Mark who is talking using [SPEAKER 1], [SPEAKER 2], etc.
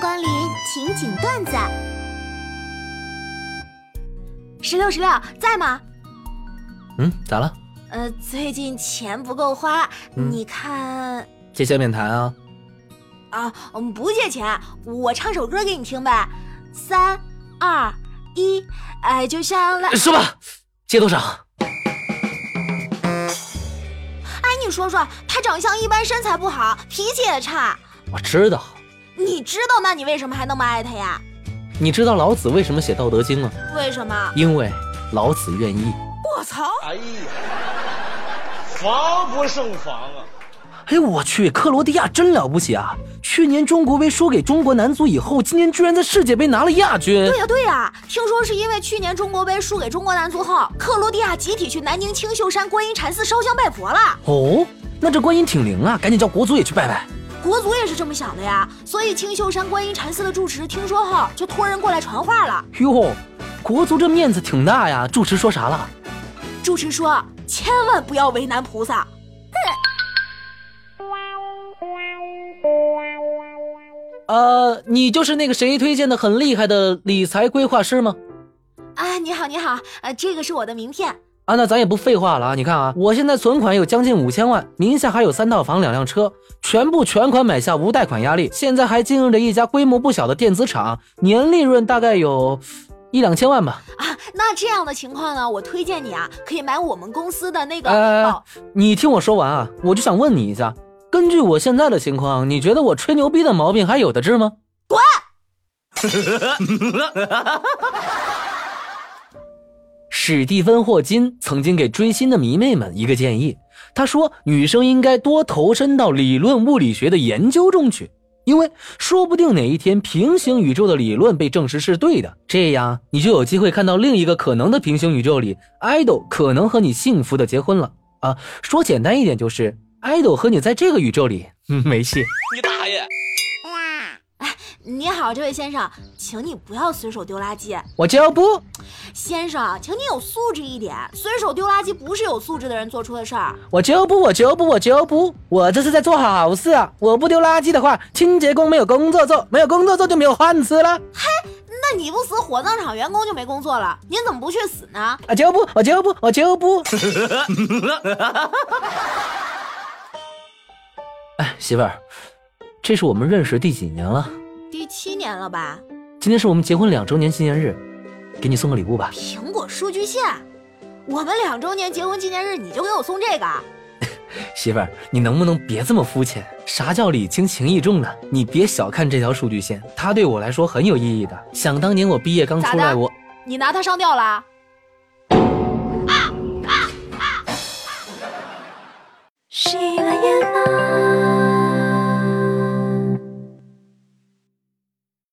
[SPEAKER 1] 光临情景段子。十六十六在吗？
[SPEAKER 2] 嗯，咋了？
[SPEAKER 1] 呃，最近钱不够花，
[SPEAKER 2] 嗯
[SPEAKER 1] 你看
[SPEAKER 2] 借下面谈啊？
[SPEAKER 1] 啊，我们不借钱，我唱首歌给你听呗。三二一，爱就像来，
[SPEAKER 2] 呃说吧，借多少？
[SPEAKER 1] 哎，你说说，他长相一般，身材不好，脾气也差，
[SPEAKER 2] 我知道。
[SPEAKER 1] 你知道那你为什么还那么爱他呀？
[SPEAKER 2] 你知道老子为什么写《道德经》吗？啊
[SPEAKER 1] 为什么？
[SPEAKER 2] 因为老子愿意。
[SPEAKER 1] 我操！
[SPEAKER 3] 哎呀，防不胜防啊！
[SPEAKER 2] 哎，我去，克罗地亚真了不起啊！去年中国杯输给中国男足以后，今年居然在世界杯拿了亚军。
[SPEAKER 1] 对呀、对呀、听说是因为去年中国杯输给中国男足后，克罗地亚集体去南宁青秀山观音禅寺烧香拜佛了。
[SPEAKER 2] 哦，那这观音挺灵啊，赶紧叫国足也去拜拜。
[SPEAKER 1] 国足也是这么想的呀，所以青秀山观音禅寺的住持听说后，就托人过来传话了。
[SPEAKER 2] 哟，国足这面子挺大呀。住持说啥了？
[SPEAKER 1] 住持说，千万不要为难菩萨。
[SPEAKER 2] 呃，你就是那个谁推荐的很厉害的理财规划师吗？
[SPEAKER 1] 啊，你好，你好，呃，这个是我的名片。
[SPEAKER 2] 啊，那咱也不废话了啊！你看啊，我现在存款有将近五千万，名下还有三套房、两辆车，全部全款买下，无贷款压力。现在还经营着一家规模不小的电子厂，年利润大概有一两千万吧。
[SPEAKER 1] 啊，那这样的情况呢，我推荐你啊，可以买我们公司的那个
[SPEAKER 2] 哎哎哎
[SPEAKER 1] 保
[SPEAKER 2] 你听我说完啊，我就想问你一下，根据我现在的情况，你觉得我吹牛逼的毛病还有的治吗？史蒂芬·霍金曾经给追星的迷妹们一个建议，他说女生应该多投身到理论物理学的研究中去，因为说不定哪一天平行宇宙的理论被证实是对的，这样你就有机会看到另一个可能的平行宇宙里，idol 可能和你幸福的结婚了啊。说简单一点就是，idol 和你在这个宇宙里、嗯、没戏。
[SPEAKER 3] 你大爷！
[SPEAKER 1] 你好，这位先生，请你不要随手丢垃圾。
[SPEAKER 2] 我就不，
[SPEAKER 1] 先生，请你有素质一点，随手丢垃圾不是有素质的人做出的事儿。
[SPEAKER 2] 我就不，我就不，我就不，我这是在做好事啊！我不丢垃圾的话，清洁工没有工作做，没有工作做就没有饭吃了。
[SPEAKER 1] 那你不死火葬场员工就没工作了，您怎么不去死呢？
[SPEAKER 2] 我就啊不，我就不，我就不。 哎，媳妇儿，这是我们认识第几年了？
[SPEAKER 1] 第七年了吧？
[SPEAKER 2] 今天是我们结婚两周年纪念日，给你送个礼物吧。
[SPEAKER 1] 苹果数据线，我们两周年结婚纪念日你就给我送这个？
[SPEAKER 2] 媳妇儿，你能不能别这么肤浅？啥叫礼轻情意重呢？你别小看这条数据线，它对我来说很有意义的。想当年我毕业刚
[SPEAKER 1] 咋
[SPEAKER 2] 出
[SPEAKER 1] 的
[SPEAKER 2] 来我，
[SPEAKER 1] 你拿它上吊了？